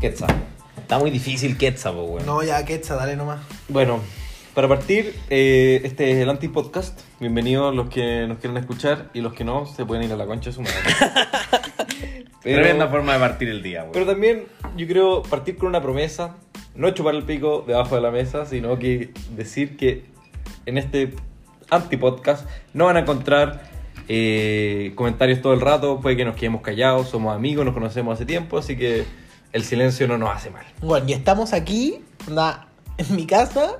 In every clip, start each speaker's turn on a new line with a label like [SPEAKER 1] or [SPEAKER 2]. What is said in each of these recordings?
[SPEAKER 1] Quetzal. Está muy difícil Quetzal, po, weón.
[SPEAKER 2] No, ya, Quetzal, dale nomás.
[SPEAKER 3] Bueno, para partir, eh, este es el Antipodcast. Bienvenidos los que nos quieran escuchar y los que no, se pueden ir a la concha de su madre.
[SPEAKER 1] Tremenda
[SPEAKER 3] pero,
[SPEAKER 1] forma de partir el día, weón.
[SPEAKER 3] pero también yo creo partir con una promesa, no chupar el pico debajo de la mesa, sino que decir que en este Antipodcast no van a encontrar eh, comentarios todo el rato, puede que nos quedemos callados, somos amigos, nos conocemos hace tiempo, así que el silencio no nos hace mal.
[SPEAKER 2] Bueno, y estamos aquí, onda, en mi casa,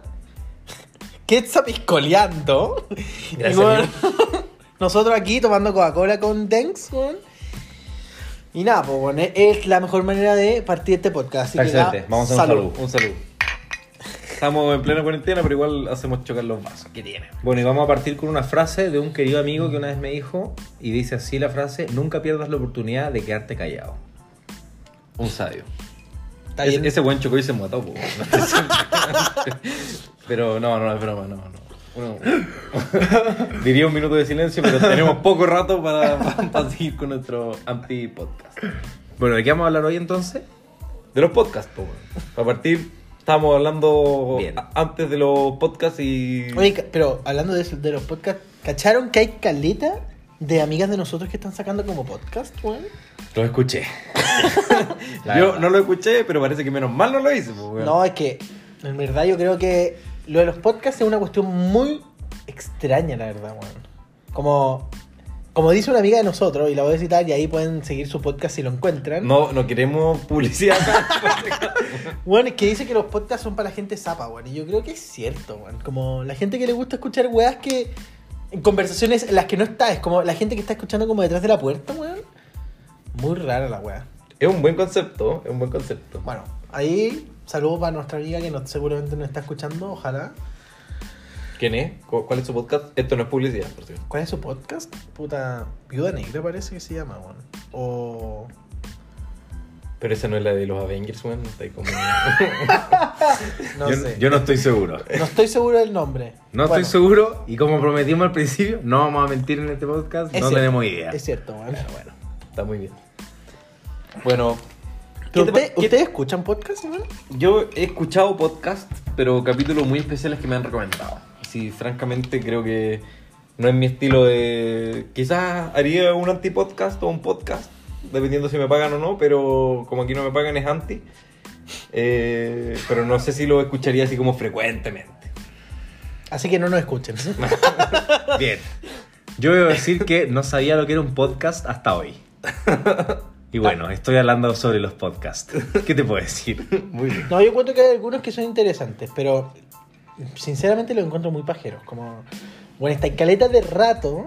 [SPEAKER 2] Quetzal piscoleando. Y
[SPEAKER 1] Gracias,
[SPEAKER 2] bueno, nosotros aquí tomando Coca-Cola con Denks, weón. Y nada, pues, bueno, es- es la mejor manera de partir este podcast. Así que
[SPEAKER 3] Excelente,
[SPEAKER 2] nada,
[SPEAKER 3] vamos a un saludo. Un saludo. Estamos en plena cuarentena, pero igual hacemos chocar los vasos.
[SPEAKER 1] ¿Qué tiene?
[SPEAKER 4] Bueno, y vamos a partir con una frase de un querido amigo que una vez me dijo, y dice así la frase, nunca pierdas la oportunidad de quedarte callado.
[SPEAKER 3] Un sabio.
[SPEAKER 2] Está
[SPEAKER 3] Ese,
[SPEAKER 2] bien.
[SPEAKER 3] ese buen chocó y se mató, po. Pero no, no, es broma, no, no. Uno- diría un minuto de silencio, pero tenemos poco rato para, para, para seguir con nuestro anti-podcast.
[SPEAKER 4] Bueno, ¿de qué vamos a hablar hoy entonces?
[SPEAKER 3] De los podcasts, po. Para partir, estábamos hablando
[SPEAKER 1] Bien.
[SPEAKER 3] a- antes de los podcasts y...
[SPEAKER 2] Oye, ca- pero hablando de, eso, de los podcasts, ¿cacharon que hay caleta de amigas de nosotros que están sacando como podcast, weón?
[SPEAKER 1] Lo escuché. La
[SPEAKER 3] Yo
[SPEAKER 1] verdad.
[SPEAKER 3] no lo escuché, pero parece que menos mal no lo hice, po, weón.
[SPEAKER 2] No, es que en verdad yo creo que lo de los podcasts es una cuestión muy extraña, la verdad, weón. Como, como dice una amiga de nosotros, y la voy a citar, y ahí pueden seguir su podcast si lo encuentran.
[SPEAKER 3] No, no queremos publicidad.
[SPEAKER 2] Bueno, es que dice que los podcasts son para la gente zapa, weón. Y yo creo que es cierto, weón. Como la gente que le gusta escuchar weas que. En conversaciones en las que no está, es como la gente que está escuchando como detrás de la puerta, weón. Muy rara la wea.
[SPEAKER 3] es un buen concepto, es un buen concepto.
[SPEAKER 2] Bueno, ahí saludo para nuestra amiga que nos, seguramente nos está escuchando, ojalá.
[SPEAKER 3] ¿Quién es? ¿Cu- ¿Cuál es su podcast? Esto no es publicidad, por cierto.
[SPEAKER 2] ¿Cuál es su podcast? Puta, Viuda Negra parece que se llama, weón. O.
[SPEAKER 3] Pero esa no es la de los Avengers, weón. Está ahí como...
[SPEAKER 2] No
[SPEAKER 4] yo,
[SPEAKER 2] sé.
[SPEAKER 4] yo no estoy seguro.
[SPEAKER 2] No estoy seguro del nombre.
[SPEAKER 4] No
[SPEAKER 2] Bueno,
[SPEAKER 4] estoy seguro, y como prometimos al principio, no vamos a mentir en este podcast,
[SPEAKER 2] es
[SPEAKER 4] no
[SPEAKER 2] cierto,
[SPEAKER 4] tenemos idea.
[SPEAKER 2] Es cierto, weón.
[SPEAKER 3] bueno, está muy bien. Bueno,
[SPEAKER 2] Pero
[SPEAKER 3] ¿qué te-
[SPEAKER 2] usted-
[SPEAKER 3] qué-
[SPEAKER 2] ¿Ustedes escuchan podcast, weón?
[SPEAKER 3] yo he escuchado podcasts, pero capítulos muy especiales que me han recomendado. Sí, francamente creo que no es mi estilo de... Quizás haría un anti-podcast o un podcast, dependiendo si me pagan o no, pero como aquí no me pagan es anti. Eh, pero no sé si lo escucharía así como frecuentemente.
[SPEAKER 2] Así que no nos escuchen.
[SPEAKER 4] Bien. Yo debo decir que no sabía lo que era un podcast hasta hoy. Y bueno, estoy hablando sobre los podcasts. ¿Qué te puedo decir?
[SPEAKER 3] Muy bien.
[SPEAKER 2] No, yo cuento que hay algunos que son interesantes, pero sinceramente los encuentro muy pajeros. Como, bueno, esta caleta de rato,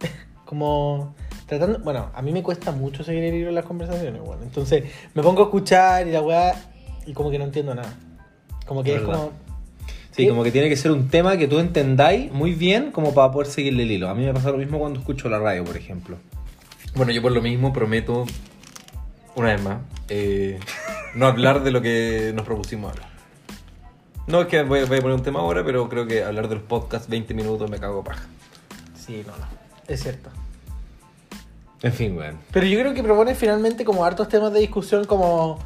[SPEAKER 2] como tratando. Bueno, a mí me cuesta mucho seguir el hilo de las conversaciones, bueno. Entonces me pongo a escuchar y la weá, y como que no entiendo nada. Como que es
[SPEAKER 4] ¿Verdad?
[SPEAKER 2] como.
[SPEAKER 4] Sí, como que tiene que ser un tema que tú entendáis muy bien como para poder seguirle el hilo. A mí me pasa lo mismo cuando escucho la radio, por ejemplo.
[SPEAKER 3] Bueno, yo por lo mismo prometo, una vez más, eh, no hablar de lo que nos propusimos hablar. No es que voy, voy a poner un tema ahora, pero creo que hablar de los podcasts 20 minutos me cago paja.
[SPEAKER 2] Sí, no, no. Es cierto.
[SPEAKER 4] En fin, weón.
[SPEAKER 2] Pero yo creo que propone finalmente como hartos temas de discusión, como.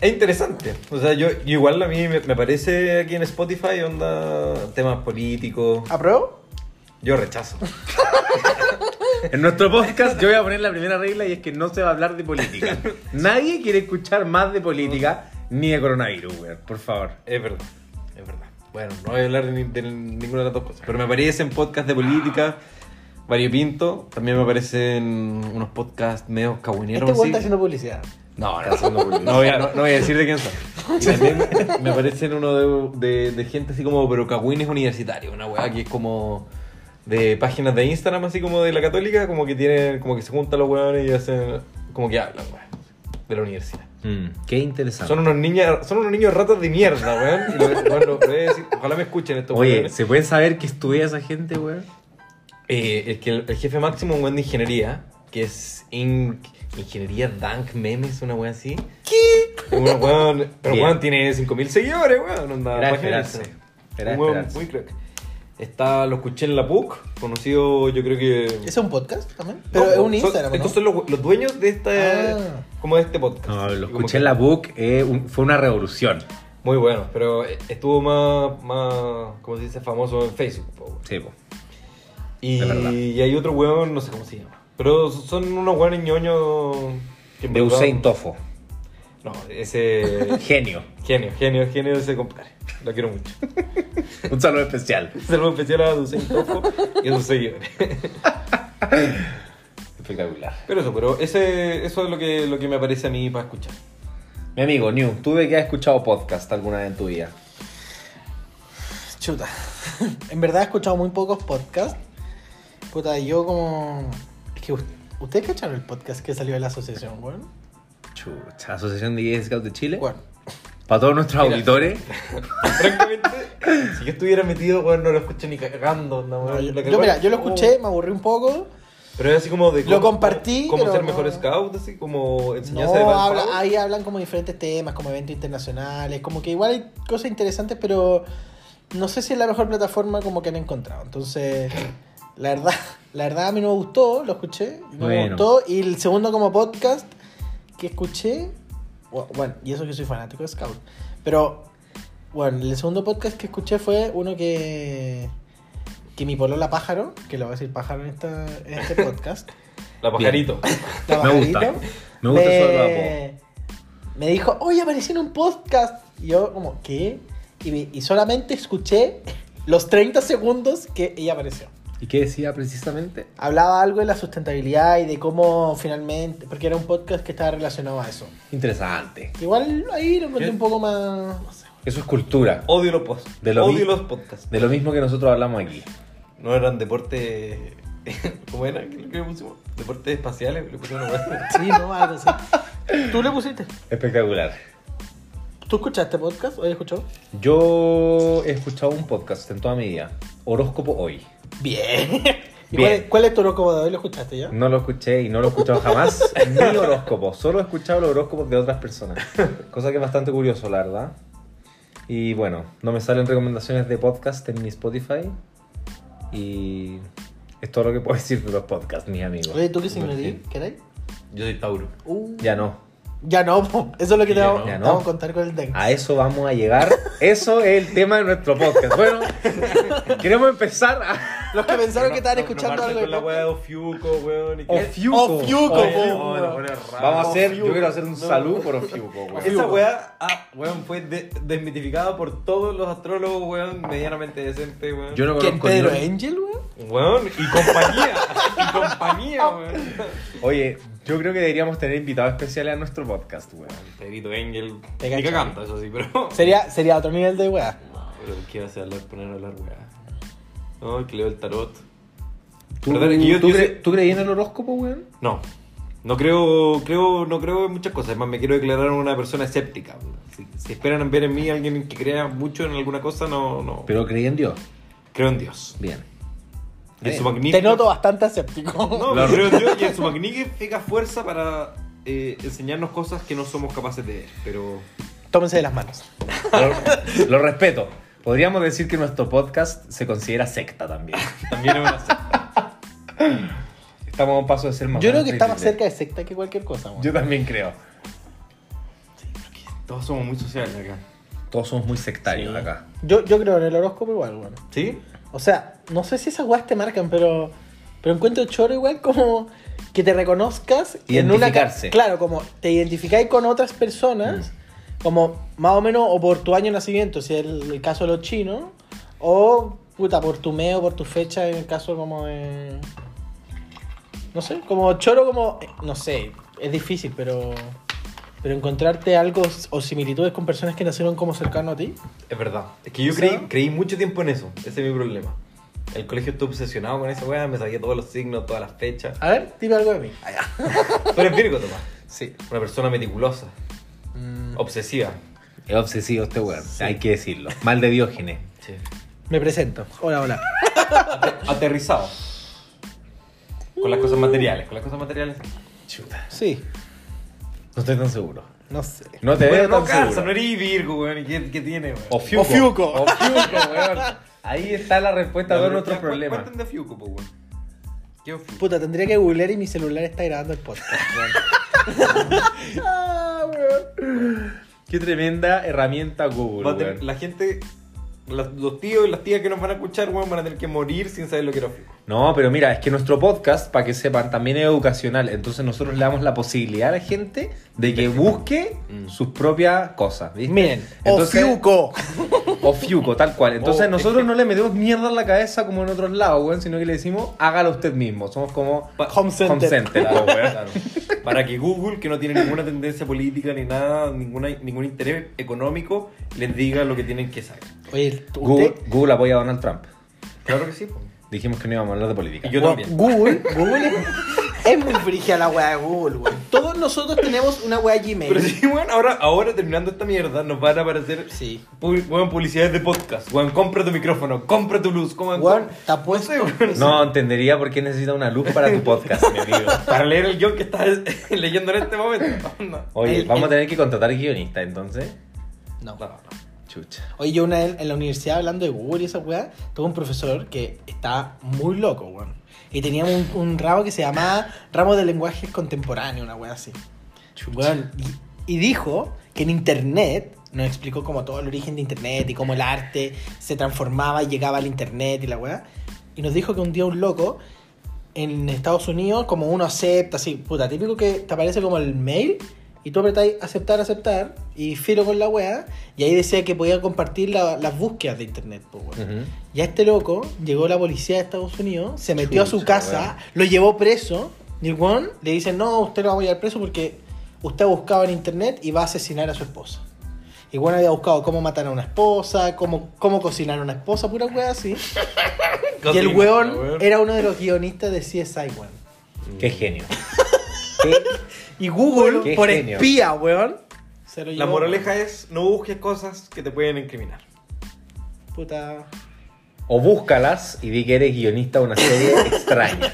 [SPEAKER 3] Es interesante. O sea, yo yo igual a mí me, me parece aquí en Spotify onda temas políticos.
[SPEAKER 2] ¿Apruebo?
[SPEAKER 3] Yo rechazo.
[SPEAKER 4] En nuestro podcast yo voy a poner la primera regla y es que no se va a hablar de política. Nadie quiere escuchar más de política ni de coronavirus, weón. Por favor.
[SPEAKER 3] Es verdad, es verdad. Bueno, no voy a hablar de, ni- de ninguna de las dos cosas. Pero me aparecen podcasts de política, variopinto. También me aparecen unos podcasts medio
[SPEAKER 2] Este
[SPEAKER 3] cabuneros.
[SPEAKER 2] weón
[SPEAKER 3] así.
[SPEAKER 2] está haciendo publicidad.
[SPEAKER 3] No, no, eso no, no voy a, no- no voy a decir de quién son. Y también me parecen uno de, de- de gente así como, pero cagüines universitarios, una weá que es como de páginas de Instagram, así como de la católica, como que tienen, como que se juntan los weones y hacen, como que hablan, weón, de la universidad.
[SPEAKER 4] Hmm, qué interesante.
[SPEAKER 3] Son unos, niñas, son unos niños ratas de mierda, weón. Y lo- weón, lo- lo voy a decir, ojalá me escuchen estos
[SPEAKER 4] Oye,
[SPEAKER 3] weones.
[SPEAKER 4] ¿se puede saber qué estudia esa gente, weón?
[SPEAKER 3] Eh, es que el, el jefe máximo es un weón de ingeniería, que es Inc- Ingeniería Dank Memes, una weá así. ¿Qué? Un weón, pero
[SPEAKER 4] Bien.
[SPEAKER 3] weón tiene 5.000 seguidores, weón. Onda,
[SPEAKER 4] Era
[SPEAKER 3] imagínate.
[SPEAKER 4] esperarse. Era
[SPEAKER 3] Ah, pues, un weón
[SPEAKER 4] esperarse.
[SPEAKER 3] muy crack. Está, lo escuché en la PUC, conocido yo creo que...
[SPEAKER 2] ¿Es un podcast también? Pero es un
[SPEAKER 3] son-
[SPEAKER 2] Instagram. ¿no?
[SPEAKER 3] Estos son los, los dueños de esta,
[SPEAKER 2] Ah.
[SPEAKER 3] como de este podcast.
[SPEAKER 4] No, lo
[SPEAKER 3] Como
[SPEAKER 4] escuché
[SPEAKER 3] que-
[SPEAKER 4] en la book, eh, un- fue una revolución.
[SPEAKER 3] Muy bueno, pero estuvo más, más ¿cómo se dice? Famoso en Facebook. po, weón.
[SPEAKER 4] Sí, po.
[SPEAKER 3] Y,
[SPEAKER 4] Es verdad.
[SPEAKER 3] y hay otro weón, no sé cómo se llama. Pero son unos weones ñoños... que en
[SPEAKER 4] De
[SPEAKER 3] verdad-
[SPEAKER 4] Usain Tofo.
[SPEAKER 3] No, ese...
[SPEAKER 4] Genio.
[SPEAKER 3] genio, genio, genio ese compadre. Lo quiero mucho.
[SPEAKER 4] Un saludo especial.
[SPEAKER 3] Saludos especial a Dusein Tofo y a sus seguidores.
[SPEAKER 4] Espectacular.
[SPEAKER 3] Pero eso, pero ese, eso es lo que, lo que me aparece a mí para escuchar.
[SPEAKER 4] Mi amigo New, ¿tú de qué has escuchado podcast alguna vez en tu vida?
[SPEAKER 2] Chuta. en verdad he escuchado muy pocos podcasts. Puta, yo como. Es que us- ustedes cacharon el podcast que salió de la asociación, weón.
[SPEAKER 4] Chucha, Asociación de DJ Scouts de Chile.
[SPEAKER 2] Bueno,
[SPEAKER 4] Para todos nuestros
[SPEAKER 3] Mira.
[SPEAKER 4] auditores.
[SPEAKER 3] Francamente, si yo estuviera metido, weón, no lo escuché ni cagando. No, weón,
[SPEAKER 2] yo,
[SPEAKER 3] lo que-
[SPEAKER 2] yo, mira, yo lo escuché, me aburrí un poco.
[SPEAKER 3] Pero es así como de.
[SPEAKER 2] Lo
[SPEAKER 3] cómo-
[SPEAKER 2] compartí,
[SPEAKER 3] Cómo
[SPEAKER 2] pero
[SPEAKER 3] ser
[SPEAKER 2] no-
[SPEAKER 3] mejor scout, así como enseñanza de
[SPEAKER 2] No,
[SPEAKER 3] Valparaíso.
[SPEAKER 2] habla- ahí hablan como diferentes temas, como eventos internacionales, como que igual hay cosas interesantes, pero no sé si es la mejor plataforma como que han encontrado. Entonces, la verdad, la verdad a mí no me gustó, lo escuché, no me
[SPEAKER 4] Bueno.
[SPEAKER 2] gustó. Y el segundo como podcast que escuché, bu- bueno, y eso que soy fanático de Scout, pero bueno, el segundo podcast que escuché fue uno que que mi polola pájaro, que lo voy a decir pájaro en, esta, en este podcast.
[SPEAKER 3] La pajarito.
[SPEAKER 2] la
[SPEAKER 4] Me gusta.
[SPEAKER 2] pajarito,
[SPEAKER 4] Me gusta eso de los apodos.
[SPEAKER 2] me dijo, oye, apareció en un podcast. Y yo como, ¿qué? Y, me- y solamente escuché los 30 segundos que ella apareció.
[SPEAKER 4] ¿Y qué decía precisamente?
[SPEAKER 2] Hablaba algo de la sustentabilidad y de cómo finalmente, porque era un podcast que estaba relacionado a eso.
[SPEAKER 4] Interesante.
[SPEAKER 2] Igual ahí lo encontré
[SPEAKER 3] ¿Qué?
[SPEAKER 2] un poco más... no sé.
[SPEAKER 4] Eso es cultura.
[SPEAKER 3] Odio los posts.
[SPEAKER 4] De lo
[SPEAKER 3] Odio
[SPEAKER 4] vi-
[SPEAKER 3] los podcasts.
[SPEAKER 4] De lo mismo que nosotros hablamos aquí.
[SPEAKER 3] No eran deporte. ¿Cómo era? ¿Qué le pusimos? Deportes espaciales. Le pusieron weón.
[SPEAKER 2] Sí, no, algo así. ¿Tú le pusiste?
[SPEAKER 4] Espectacular.
[SPEAKER 2] ¿Tú escuchaste podcast? ¿Hoy escuchado?
[SPEAKER 4] Yo he escuchado un podcast en toda mi vida. Horóscopo hoy.
[SPEAKER 2] Bien. ¿Y
[SPEAKER 4] Bien.
[SPEAKER 2] ¿Cuál, cuál es tu horóscopo de hoy? ¿Lo escuchaste ya?
[SPEAKER 4] No lo escuché y no lo he escuchado jamás. ni horóscopo. Solo he escuchado los horóscopos de otras personas. Cosa que es bastante curioso, la verdad. Y bueno, no me salen recomendaciones de podcast en mi Spotify. Y es todo lo que puedo decir de los podcasts, mis amigos.
[SPEAKER 2] Oye, ¿tú qué signo eres?
[SPEAKER 3] bien.
[SPEAKER 2] ¿Queréis?
[SPEAKER 3] Yo soy Tauro.
[SPEAKER 2] Uh.
[SPEAKER 4] Ya no.
[SPEAKER 2] Ya no, po. eso es lo que te,
[SPEAKER 3] Ya
[SPEAKER 2] vamos,
[SPEAKER 3] no.
[SPEAKER 2] te
[SPEAKER 4] Ya no. Ah,
[SPEAKER 2] vamos a contar con el Dengue.
[SPEAKER 4] A eso vamos a llegar. Eso es el tema de nuestro podcast. Bueno, queremos empezar a...
[SPEAKER 2] Los que pensaron
[SPEAKER 3] No-
[SPEAKER 2] que estaban
[SPEAKER 3] no-
[SPEAKER 2] escuchando
[SPEAKER 3] no
[SPEAKER 2] algo.
[SPEAKER 3] marcha
[SPEAKER 2] de
[SPEAKER 3] Con la weá de Ofiuco, weón. y que-
[SPEAKER 4] Ofiuco.
[SPEAKER 2] Ofiuco,
[SPEAKER 4] Oye,
[SPEAKER 2] po.
[SPEAKER 4] no, no, no. Vamos a hacer, yo quiero hacer un saludo por Ofiuco, weón.
[SPEAKER 3] Esa weá, ah, weón, fue de- desmitificada por todos los astrólogos, weón, medianamente decente, weón.
[SPEAKER 4] Yo no
[SPEAKER 2] ¿Quién?
[SPEAKER 4] conozco
[SPEAKER 2] ¿Pedro
[SPEAKER 4] ni un-
[SPEAKER 2] Angel, weón?
[SPEAKER 3] Weón, y compañía, y compañía, weón.
[SPEAKER 4] eh. Oye, yo creo que deberíamos tener invitados especiales a nuestro podcast, weón.
[SPEAKER 3] Pedrito Engel,
[SPEAKER 2] Te
[SPEAKER 3] ni
[SPEAKER 2] cacho.
[SPEAKER 3] cagando, eso sí, pero...
[SPEAKER 2] Sería, sería otro nivel de weá.
[SPEAKER 3] No, pero ¿qué vas a hablar, poner a hablar, weá? No, que leo el tarot.
[SPEAKER 4] ¿Tú,
[SPEAKER 3] Perdón, es que yo-
[SPEAKER 4] tú
[SPEAKER 3] yo
[SPEAKER 4] cre-
[SPEAKER 3] sé-
[SPEAKER 4] tú creí en el horóscopo, weón?
[SPEAKER 3] No, no creo, creo, no creo en muchas cosas, es más, me quiero declarar una persona escéptica. weón. Si, si esperan ver en mí a alguien que crea mucho en alguna cosa, no, no.
[SPEAKER 4] Pero creí en Dios.
[SPEAKER 3] creo en Dios.
[SPEAKER 4] Bien.
[SPEAKER 3] Y en su
[SPEAKER 4] Bien.
[SPEAKER 3] magnífica...
[SPEAKER 2] Te noto bastante escéptico.
[SPEAKER 4] Claro.
[SPEAKER 3] No, pero creo en Dios y en su magnífica fuerza para eh, enseñarnos cosas que no somos capaces de ver. Pero
[SPEAKER 2] Tómense de las manos.
[SPEAKER 4] Lo, lo respeto. Podríamos decir que nuestro podcast se considera secta también.
[SPEAKER 3] también es una secta.
[SPEAKER 4] Estamos a un paso de ser más.
[SPEAKER 2] Yo creo que está más
[SPEAKER 4] creyentes.
[SPEAKER 2] cerca de secta que cualquier cosa, weón.
[SPEAKER 4] Yo también creo.
[SPEAKER 3] Todos somos muy sociales acá.
[SPEAKER 4] Todos somos muy sectarios
[SPEAKER 3] Sí.
[SPEAKER 4] acá.
[SPEAKER 2] Yo, yo creo en el horóscopo igual, weón.
[SPEAKER 3] ¿Sí?
[SPEAKER 2] O sea, no sé si esas weas te marcan, pero. Pero encuentro choro igual como que te reconozcas en una. ca-
[SPEAKER 4] Identificarse.
[SPEAKER 2] Claro, como te identificáis con otras personas, como más o menos, o por tu año de nacimiento, si es el, el caso de los chinos, o puta, por tu mes o por tu fecha, en el caso como de. No sé, como choro, como. eh, No sé, es difícil, pero. Pero encontrarte algo s- o similitudes con personas que nacieron como cercano a ti.
[SPEAKER 3] Es verdad. Es que yo
[SPEAKER 2] O
[SPEAKER 3] creí,
[SPEAKER 2] sea-
[SPEAKER 3] creí mucho tiempo en eso. Ese es mi problema. El colegio estuvo obsesionado con esa weá, me sabía todos los signos, todas las fechas.
[SPEAKER 2] A ver, dime algo de mí.
[SPEAKER 3] Tú eres Virgo, Tomás.
[SPEAKER 2] Sí.
[SPEAKER 3] Una persona meticulosa,
[SPEAKER 4] Mm.
[SPEAKER 3] obsesiva.
[SPEAKER 4] Es obsesivo este weón. Hay que decirlo. Mal de Diógenes.
[SPEAKER 3] Sí.
[SPEAKER 2] Me presento. Hola, hola.
[SPEAKER 3] Aterrizado. Con las cosas materiales, con las cosas materiales.
[SPEAKER 4] Chuta.
[SPEAKER 2] Sí,
[SPEAKER 4] No estoy tan seguro.
[SPEAKER 2] no sé.
[SPEAKER 4] No te
[SPEAKER 3] Bueno,
[SPEAKER 4] veo
[SPEAKER 3] no
[SPEAKER 4] tan
[SPEAKER 3] calza,
[SPEAKER 4] seguro.
[SPEAKER 3] no eres Virgo, weón. ¿y ¿Qué, qué tiene, weón?
[SPEAKER 4] Ofiuco.
[SPEAKER 2] Ofiuco.
[SPEAKER 4] Ofiuco, weón. Ahí está la respuesta a todos nuestros problemas.
[SPEAKER 3] Cuenten de Fiuco, po, weón. ¿Qué es Fiuco?
[SPEAKER 2] Puta, tendría que googlear y mi celular está grabando el podcast. Ah,
[SPEAKER 4] Qué tremenda herramienta Google,
[SPEAKER 3] Va a tener-
[SPEAKER 4] weón.
[SPEAKER 3] la gente, las- los tíos y las tías que nos van a escuchar, weón, van a tener que morir sin saber lo que era Fiuco.
[SPEAKER 4] No, pero mira, es que nuestro podcast, para que sepan, también es educacional. Entonces nosotros le damos la posibilidad a la gente de que busque
[SPEAKER 3] Mm.
[SPEAKER 4] sus propias cosas. ¿viste?
[SPEAKER 2] Miren,
[SPEAKER 4] Entonces-
[SPEAKER 2] Ofiuco.
[SPEAKER 4] O Fiuco, tal cual. Entonces
[SPEAKER 3] Oh.
[SPEAKER 4] nosotros no le metemos mierda en la cabeza como en otros lados, weón, sino que le decimos, hágalo usted mismo. Somos como
[SPEAKER 2] Home Center.
[SPEAKER 4] home center,
[SPEAKER 3] Claro,
[SPEAKER 4] weón.
[SPEAKER 3] claro. Para que Google, que no tiene ninguna tendencia política ni nada, ninguna, ningún interés económico, les diga lo que tienen que saber.
[SPEAKER 2] Oye, ¿usted-
[SPEAKER 4] Google, Google apoya a Donald Trump.
[SPEAKER 3] Claro que sí, po.
[SPEAKER 4] Dijimos que no íbamos a hablar de política.
[SPEAKER 3] Y yo
[SPEAKER 2] Bueno,
[SPEAKER 3] también.
[SPEAKER 2] Google, Google es, es muy frigia la weá de Google, weón. Todos nosotros tenemos una weá Gmail.
[SPEAKER 3] Pero sí, weón, ahora, ahora terminando esta mierda, nos van a aparecer
[SPEAKER 2] Sí.
[SPEAKER 3] pu- weón, publicidades de podcast. Weón, compra tu micrófono, compra tu luz. Weón,
[SPEAKER 2] Weón,
[SPEAKER 3] com-
[SPEAKER 2] te apuesto.
[SPEAKER 3] No sé, weón.
[SPEAKER 4] No entendería por qué necesita una luz para tu podcast, mi amigo.
[SPEAKER 3] Para leer el guión que estás leyendo en este momento. No.
[SPEAKER 4] Oye,
[SPEAKER 2] El-
[SPEAKER 4] vamos
[SPEAKER 2] el-
[SPEAKER 4] a tener que contratar guionista entonces.
[SPEAKER 2] No.
[SPEAKER 3] No, no.
[SPEAKER 4] Chucha.
[SPEAKER 2] Oye, yo una vez en la universidad hablando de Google y esa weá, tuve un profesor que estaba muy loco, weón. Y teníamos un, un ramo que se llamaba Ramo de Lenguaje Contemporáneo, una weá así. Weón, y, y dijo que en Internet, nos explicó como todo el origen de Internet y cómo el arte se transformaba y llegaba al Internet y la weá. Y nos dijo que un día un loco en Estados Unidos, como uno acepta, así, puta, típico que te aparece como el mail y tú apretáis aceptar, aceptar y filo con la weá. Y ahí decía que podía compartir la- las búsquedas de Internet, pues, weón.
[SPEAKER 4] Ujú.
[SPEAKER 2] Ya este loco llegó la policía de Estados Unidos, se metió a su
[SPEAKER 4] Chucha,
[SPEAKER 2] casa, lo llevó preso. Y el weón le dice: No, usted lo va a llevar preso porque usted ha buscado en internet y va a asesinar a su esposa. Y bueno, había buscado cómo matar a una esposa, cómo, cómo cocinar a una esposa, pura weá así. y el
[SPEAKER 3] Cocina,
[SPEAKER 2] weón, era uno de los guionistas de CSI, weón.
[SPEAKER 4] Qué genio.
[SPEAKER 2] Y Google,
[SPEAKER 4] Qué
[SPEAKER 2] por
[SPEAKER 4] genio.
[SPEAKER 2] espía, weón, se lo
[SPEAKER 3] La
[SPEAKER 2] llevó,
[SPEAKER 3] moraleja es: no busques cosas que te pueden incriminar.
[SPEAKER 2] weón. Puta.
[SPEAKER 4] O búscalas y di que eres guionista de una serie extraña.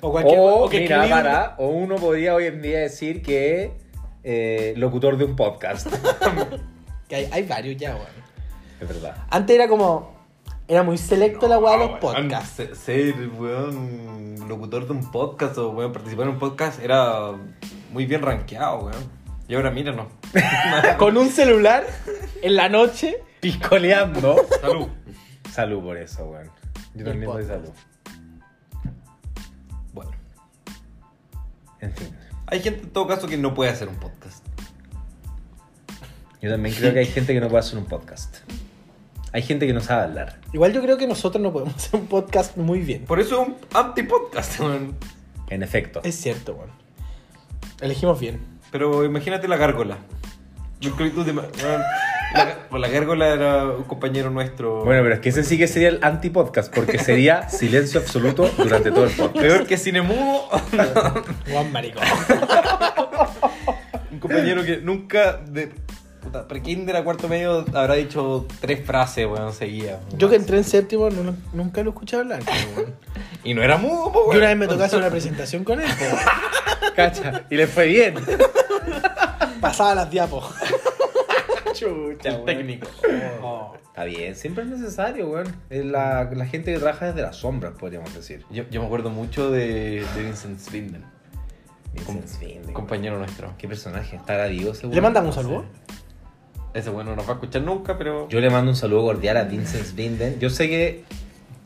[SPEAKER 2] O cualquier.
[SPEAKER 4] o,
[SPEAKER 3] o que
[SPEAKER 4] Oh, mira,
[SPEAKER 3] escribí un-
[SPEAKER 4] para, o uno podría hoy en día decir que es eh, locutor de un podcast.
[SPEAKER 2] que hay, hay varios ya, weón.
[SPEAKER 4] es verdad.
[SPEAKER 2] Antes era como. Era muy selecto la weá de los
[SPEAKER 3] Ah, weón,
[SPEAKER 2] podcasts.
[SPEAKER 3] se- Ser, weón, locutor de un podcast o weón, participar en un podcast era muy bien rankeado, weón. Y ahora míranos.
[SPEAKER 2] con un celular en la noche.
[SPEAKER 4] Piscoleando.
[SPEAKER 3] Salud.
[SPEAKER 4] salud por eso, weón. Yo
[SPEAKER 2] El
[SPEAKER 4] también doy
[SPEAKER 2] podcast.
[SPEAKER 4] salud.
[SPEAKER 3] Bueno,
[SPEAKER 4] En fin.
[SPEAKER 3] hay gente en todo caso que no puede hacer un podcast.
[SPEAKER 4] Yo también creo que hay gente que no puede hacer un podcast. Hay gente que no sabe hablar.
[SPEAKER 2] Igual yo creo que nosotros no podemos hacer un podcast muy bien.
[SPEAKER 3] Por eso es un anti-podcast, weón.
[SPEAKER 4] En efecto.
[SPEAKER 2] Es cierto, weón. Elegimos bien.
[SPEAKER 3] Pero imagínate la gárgola. Yo creo que tú te- weón, la, pues la gárgola era un compañero nuestro.
[SPEAKER 4] Bueno, pero es que ese sí que sería el anti-podcast, porque sería silencio absoluto durante todo el podcast.
[SPEAKER 3] Peor que Cinemudo.
[SPEAKER 2] Juan maricón.
[SPEAKER 3] Un compañero que nunca de puta, pre-kinder a cuarto medio habrá dicho tres frases, weón, seguía.
[SPEAKER 2] Yo que entré en séptimo no lo- nunca lo escuché hablar. creo, weón.
[SPEAKER 3] Y no era mudo, po,
[SPEAKER 2] Y
[SPEAKER 3] weón.
[SPEAKER 2] una vez me tocó hacer una presentación con él. po, weón.
[SPEAKER 4] Cacha, y le fue bien.
[SPEAKER 2] Pasaba las diapos. Chucha,
[SPEAKER 3] El
[SPEAKER 2] weón.
[SPEAKER 3] técnico.
[SPEAKER 2] Oh.
[SPEAKER 4] Está bien, siempre es necesario, weón. Es La, la gente que trabaja desde las sombras, podríamos decir.
[SPEAKER 3] Yo, yo me acuerdo mucho de, de Vincent Swindon,
[SPEAKER 4] Vincent Swindon.
[SPEAKER 3] compañero nuestro.
[SPEAKER 4] Qué personaje, estará vivo seguro.
[SPEAKER 2] ¿Le mandamos un saludo?
[SPEAKER 3] Ese weón no nos va a escuchar nunca, pero.
[SPEAKER 4] Yo le mando un saludo cordial a Vincent Svinden. Yo sé que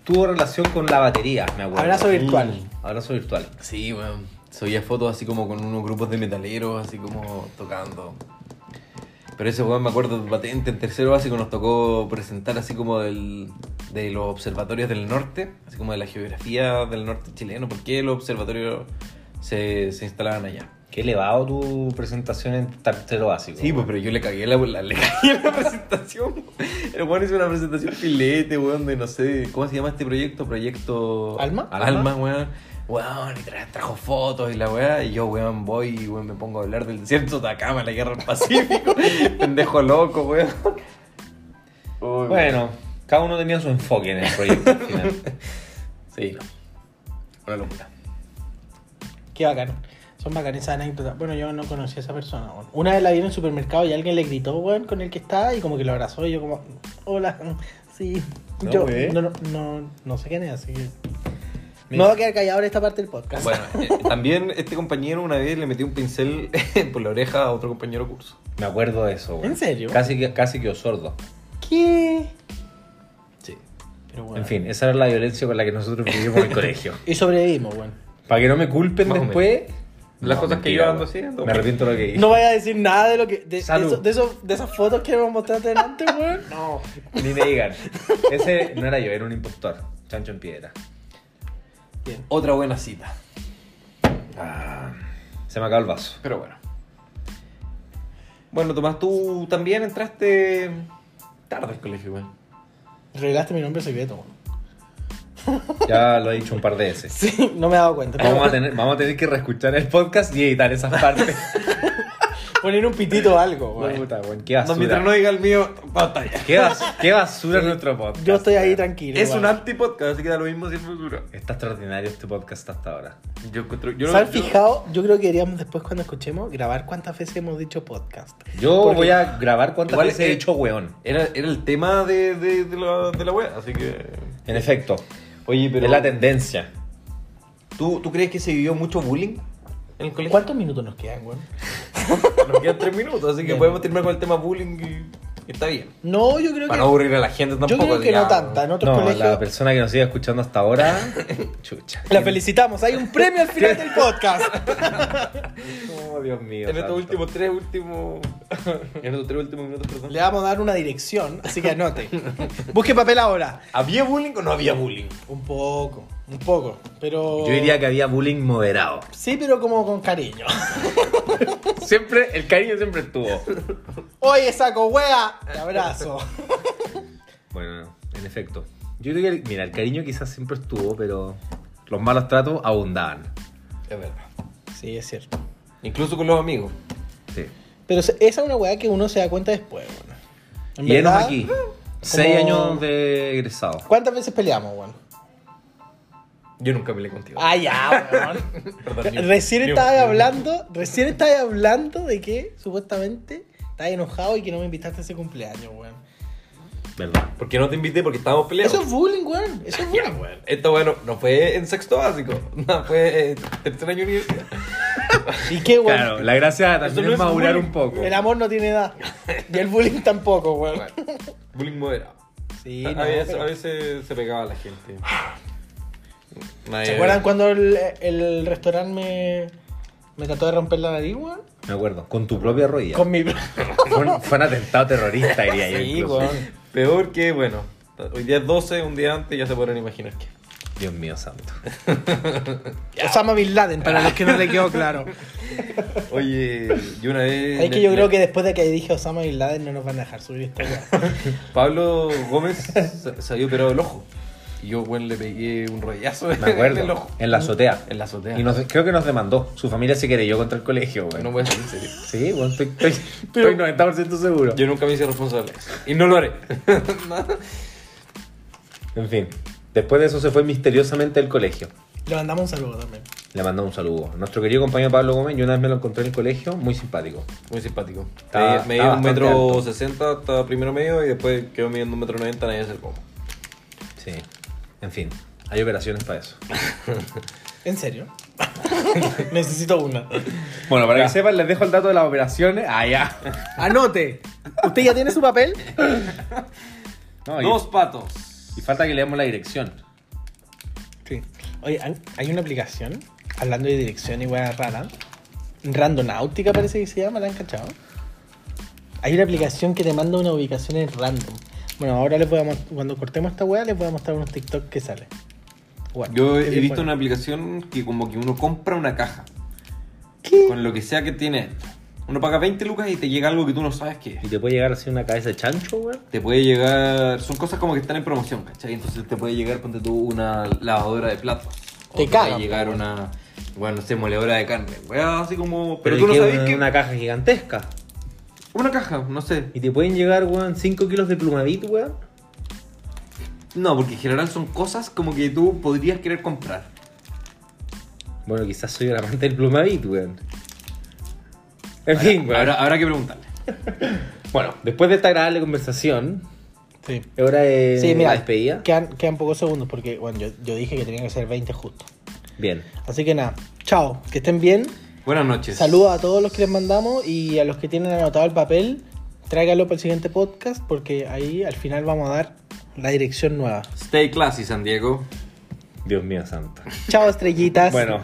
[SPEAKER 4] tuvo relación con la batería, me acuerdo.
[SPEAKER 2] Abrazo virtual.
[SPEAKER 4] Mm, Abrazo virtual.
[SPEAKER 3] Sí, weón. Subía fotos así como con unos grupos de metaleros, así como tocando. Pero ese weón me acuerdo patente en tercero básico nos tocó presentar así como del, de los observatorios del norte, así como de la geografía del norte chileno, por qué los observatorios se, se instalaban allá.
[SPEAKER 4] Qué elevado tu presentación en tercero básico.
[SPEAKER 3] Sí, pues,
[SPEAKER 4] weón.
[SPEAKER 3] pero yo le cagué la, la- le cagué la presentación. El weón hizo una presentación filete, weón, de no sé, ¿cómo se llama este proyecto? Proyecto...
[SPEAKER 2] ¿Alma?
[SPEAKER 3] Alma, weón. Weón, y tra- trajo fotos y la weá. Y yo, weón, voy y weón, me pongo a hablar del desierto de Atacama, la guerra del Pacífico. Pendejo loco, weón. Uy, weón.
[SPEAKER 4] Bueno, cada uno tenía su enfoque en el proyecto al final.
[SPEAKER 3] Sí. Una locura.
[SPEAKER 2] Qué bacán. Son bacanes esas anécdotas. Bueno, yo no conocí a esa persona. weón. Una vez la vi en el supermercado y alguien le gritó, weón, con el que estaba y como que lo abrazó y yo como, hola, Sí.
[SPEAKER 4] No,
[SPEAKER 2] Yo
[SPEAKER 4] güey.
[SPEAKER 2] no, no, no, no sé quién es, así que.
[SPEAKER 1] Me-
[SPEAKER 2] Me voy a quedar callado en esta parte del podcast.
[SPEAKER 3] Bueno, eh, también este compañero una vez le metió un pincel por la oreja a otro compañero curso.
[SPEAKER 4] Me acuerdo de eso, güey.
[SPEAKER 2] ¿En serio?
[SPEAKER 4] Casi que, casi que sordo.
[SPEAKER 2] ¿Qué?
[SPEAKER 3] Sí.
[SPEAKER 2] Pero bueno.
[SPEAKER 4] En fin, esa era la violencia con la que nosotros vivimos en el colegio.
[SPEAKER 2] Y sobrevivimos, weón.
[SPEAKER 4] Para que no me culpen
[SPEAKER 3] Más o
[SPEAKER 4] después.
[SPEAKER 3] Las cosas que yo ando
[SPEAKER 4] güey.
[SPEAKER 3] haciendo.
[SPEAKER 4] Me arrepiento de lo que hice.
[SPEAKER 2] No vaya a decir nada de lo que. De, de
[SPEAKER 4] Salud.
[SPEAKER 2] eso- de, eso- de esas fotos que hemos mostrado delante, weón. No.
[SPEAKER 4] Ni me digan. Ese no era yo, era un impostor. Chancho en piedra.
[SPEAKER 2] Bien.
[SPEAKER 3] Otra buena cita.
[SPEAKER 4] Ah, se me acabó el vaso.
[SPEAKER 3] Pero bueno. Bueno, Tomás, tú también entraste tarde al colegio, igual.
[SPEAKER 2] Revelaste mi nombre secreto, weón.
[SPEAKER 4] Ya lo he dicho un par de veces.
[SPEAKER 2] Sí, no me he dado cuenta.
[SPEAKER 4] Vamos a tener, vamos a tener que reescuchar el podcast y editar esas partes.
[SPEAKER 2] Poner un pitito o algo, weón.
[SPEAKER 4] Puta, güey, qué
[SPEAKER 3] No, mientras no
[SPEAKER 4] basura.
[SPEAKER 3] diga el mío, batalla.
[SPEAKER 4] Qué, bas- qué basura es nuestro podcast.
[SPEAKER 2] Yo estoy ahí
[SPEAKER 4] güey.
[SPEAKER 2] tranquilo.
[SPEAKER 3] Es
[SPEAKER 2] weón.
[SPEAKER 3] un antipodcast, así que da lo mismo si es futuro.
[SPEAKER 4] Está extraordinario este podcast hasta ahora.
[SPEAKER 3] Yo encuentro. Yo,
[SPEAKER 2] ¿Se han
[SPEAKER 3] yo-
[SPEAKER 2] fijado? Yo creo que deberíamos después cuando escuchemos grabar cuántas veces hemos dicho podcast.
[SPEAKER 4] Yo
[SPEAKER 2] Porque-
[SPEAKER 4] voy a grabar cuántas
[SPEAKER 3] Igual
[SPEAKER 4] veces he
[SPEAKER 3] he-
[SPEAKER 4] hecho weón.
[SPEAKER 3] Era, era el tema de, de, de la, de la wea, así que.
[SPEAKER 4] En efecto.
[SPEAKER 3] Oye,
[SPEAKER 4] Es la tendencia.
[SPEAKER 3] ¿tú, ¿Tú crees que se vivió mucho bullying en el colegio?
[SPEAKER 2] ¿Cuántos minutos nos quedan, weón?
[SPEAKER 3] Nos quedan tres minutos, así que
[SPEAKER 2] Bien.
[SPEAKER 3] podemos terminar con el tema bullying y- y está bien.
[SPEAKER 2] No, yo creo
[SPEAKER 3] Para no
[SPEAKER 2] que.
[SPEAKER 3] aburrir a la gente tampoco.
[SPEAKER 2] Yo creo que no
[SPEAKER 3] digamos.
[SPEAKER 2] tanta. En otros
[SPEAKER 4] No, la
[SPEAKER 2] colegios.
[SPEAKER 4] persona que nos sigue escuchando hasta ahora. chucha.
[SPEAKER 2] La felicitamos, hay un premio al final del podcast.
[SPEAKER 4] Oh, Dios mío.
[SPEAKER 3] En
[SPEAKER 4] santo.
[SPEAKER 3] estos últimos tres últimos. en estos tres últimos minutos, perdón.
[SPEAKER 2] Le vamos a dar una dirección, así que anote. Busque papel ahora.
[SPEAKER 3] ¿Había bullying o no había bullying?
[SPEAKER 2] Un poco, un poco, pero...
[SPEAKER 4] Yo diría que había bullying moderado.
[SPEAKER 2] Sí, pero como con cariño.
[SPEAKER 4] Siempre, el cariño siempre estuvo.
[SPEAKER 2] Oye, saco wea, te abrazo.
[SPEAKER 4] Bueno, en efecto. Yo creo que, el- mira, el cariño quizás siempre estuvo, pero los malos tratos abundaban.
[SPEAKER 3] Es verdad.
[SPEAKER 2] Sí, es cierto.
[SPEAKER 3] Incluso con los amigos.
[SPEAKER 4] Sí.
[SPEAKER 2] Pero se- esa es una wea que uno se da cuenta después, weón. En
[SPEAKER 4] Y enos
[SPEAKER 2] verdad,
[SPEAKER 4] aquí. Seis
[SPEAKER 2] como-
[SPEAKER 4] años de egresado.
[SPEAKER 2] ¿Cuántas veces peleamos, weón?
[SPEAKER 3] Yo nunca peleé contigo.
[SPEAKER 2] Ah, ya, weón.
[SPEAKER 3] Perdón, ni-
[SPEAKER 2] Recién
[SPEAKER 3] ni-
[SPEAKER 2] estabas
[SPEAKER 3] ni-
[SPEAKER 2] hablando, recién estabas hablando de que supuestamente estabas enojado y que no me invitaste a ese cumpleaños, weón.
[SPEAKER 4] ¿Verdad?
[SPEAKER 3] ¿Por qué no te invité? Porque estábamos peleando.
[SPEAKER 2] Eso es bullying, weón. Eso es bullying, weón.
[SPEAKER 3] Esto, bueno, no fue en sexto básico. No, fue eh, tercer año de universidad.
[SPEAKER 2] ¿Y qué, weón?
[SPEAKER 4] Claro, la gracia también
[SPEAKER 3] no
[SPEAKER 4] es
[SPEAKER 3] es
[SPEAKER 4] madurar
[SPEAKER 3] bullying.
[SPEAKER 4] un poco.
[SPEAKER 2] El amor no tiene edad. Y el bullying tampoco, weón.
[SPEAKER 3] Bueno, bullying moderado.
[SPEAKER 2] Sí,
[SPEAKER 3] a,
[SPEAKER 2] no,
[SPEAKER 3] veces,
[SPEAKER 2] pero-
[SPEAKER 3] a veces se pegaba a la gente. Nadie-
[SPEAKER 2] ¿Se acuerdan cuando el, el restaurante me, me trató de romper la nariz, weón?
[SPEAKER 4] Me acuerdo, con tu propia rodilla.
[SPEAKER 2] Con mi...
[SPEAKER 4] Fue, un, fue un atentado terrorista, diría yo.
[SPEAKER 2] Sí,
[SPEAKER 4] incluso.
[SPEAKER 2] weón.
[SPEAKER 3] Peor que, bueno, hoy día es 12, un día antes, ya se podrán imaginar que.
[SPEAKER 4] Dios mío santo.
[SPEAKER 2] Osama Bin Laden, para los que no le quedó claro.
[SPEAKER 3] Oye, yo una vez.
[SPEAKER 2] Es que yo creo que después de que dije Osama Bin Laden no nos van a dejar subir esta weón.
[SPEAKER 3] Pablo Gómez se, se había operado el ojo. Y yo, bueno, le pegué un rollazo en
[SPEAKER 4] Me
[SPEAKER 3] el
[SPEAKER 4] acuerdo.
[SPEAKER 3] ojo.
[SPEAKER 4] En la azotea.
[SPEAKER 3] En la azotea.
[SPEAKER 4] Y nos- creo que nos demandó. Su familia se querelló contra el colegio, güey.
[SPEAKER 3] No voy a ser en serio.
[SPEAKER 4] Sí, bueno, estoy, estoy, estoy 90% seguro.
[SPEAKER 3] Yo nunca me hice responsable. Y no lo haré.
[SPEAKER 4] En fin, después de eso se fue misteriosamente al colegio.
[SPEAKER 2] Le mandamos un saludo también.
[SPEAKER 4] Le mandamos un saludo. Nuestro querido compañero Pablo Gómez, yo una vez me lo encontré en el colegio, muy simpático.
[SPEAKER 3] Muy simpático.
[SPEAKER 4] Está- está
[SPEAKER 3] me dio un
[SPEAKER 4] bastante
[SPEAKER 3] metro
[SPEAKER 4] alto.
[SPEAKER 3] sesenta hasta primero medio y después quedó midiendo un metro noventa, nadie se lo como.
[SPEAKER 4] Sí. En fin, hay operaciones para eso.
[SPEAKER 2] ¿En serio? Necesito una.
[SPEAKER 4] Bueno, para que sepan, les dejo el dato de las operaciones. Ah, ya.
[SPEAKER 2] Anote. ¿Usted ya tiene su papel?
[SPEAKER 4] No,
[SPEAKER 3] Dos
[SPEAKER 4] y,
[SPEAKER 3] patos.
[SPEAKER 4] y falta que leamos la dirección.
[SPEAKER 2] Sí. Oye, han- hay una aplicación, hablando de dirección y weas rara. Randonáutica parece que se llama, ¿la han cachado? Hay una aplicación que te manda una ubicación en random. Bueno, ahora les voy a mos- cuando cortemos esta wea les voy a mostrar unos TikTok que sale. Guau,
[SPEAKER 3] Yo
[SPEAKER 2] qué
[SPEAKER 3] he visto
[SPEAKER 2] bueno.
[SPEAKER 3] una aplicación que como que uno compra una caja
[SPEAKER 2] ¿Qué?
[SPEAKER 3] con lo que sea que tiene dentro. Uno paga 20 lucas y te llega algo que tú no sabes qué
[SPEAKER 4] ¿Y
[SPEAKER 3] es.
[SPEAKER 4] te puede llegar así una cabeza de chancho, güey?
[SPEAKER 3] Te puede llegar... Son cosas como que están en promoción, ¿cachai? Entonces te puede llegar, ponte tú, una lavadora de platos. O
[SPEAKER 2] Te
[SPEAKER 3] puede
[SPEAKER 2] cagan,
[SPEAKER 3] llegar una... Bueno, no sé, moledora de carne. Weá, así como...
[SPEAKER 4] Pero,
[SPEAKER 3] Pero, tú no
[SPEAKER 4] que
[SPEAKER 3] sabes
[SPEAKER 4] una,
[SPEAKER 3] qué...
[SPEAKER 4] una caja gigantesca.
[SPEAKER 3] Una caja, no sé.
[SPEAKER 4] Y te pueden llegar, weón, 5 kilos de plumavit, weón.
[SPEAKER 3] No, porque en general son cosas como que tú podrías querer comprar.
[SPEAKER 4] Bueno, quizás soy el amante del plumavit, weón. En fin, weón.
[SPEAKER 3] Ahora, habrá que preguntarle.
[SPEAKER 4] Bueno, después de esta agradable conversación,
[SPEAKER 2] Sí.
[SPEAKER 4] Es hora de
[SPEAKER 2] Sí, mira,
[SPEAKER 4] Eh, la despedida.
[SPEAKER 2] Quedan, quedan pocos segundos porque, bueno, yo, yo dije que tenía que ser 20 justo.
[SPEAKER 4] Bien.
[SPEAKER 2] Así que nada, chao, que estén bien.
[SPEAKER 3] Buenas noches.
[SPEAKER 2] Saludos a todos los que les mandamos y a los que tienen anotado el papel, tráigalo para el siguiente podcast porque ahí al final vamos a dar la dirección nueva.
[SPEAKER 3] Stay classy, San Diego.
[SPEAKER 4] Dios mío santo.
[SPEAKER 2] Chao, estrellitas.
[SPEAKER 4] Bueno.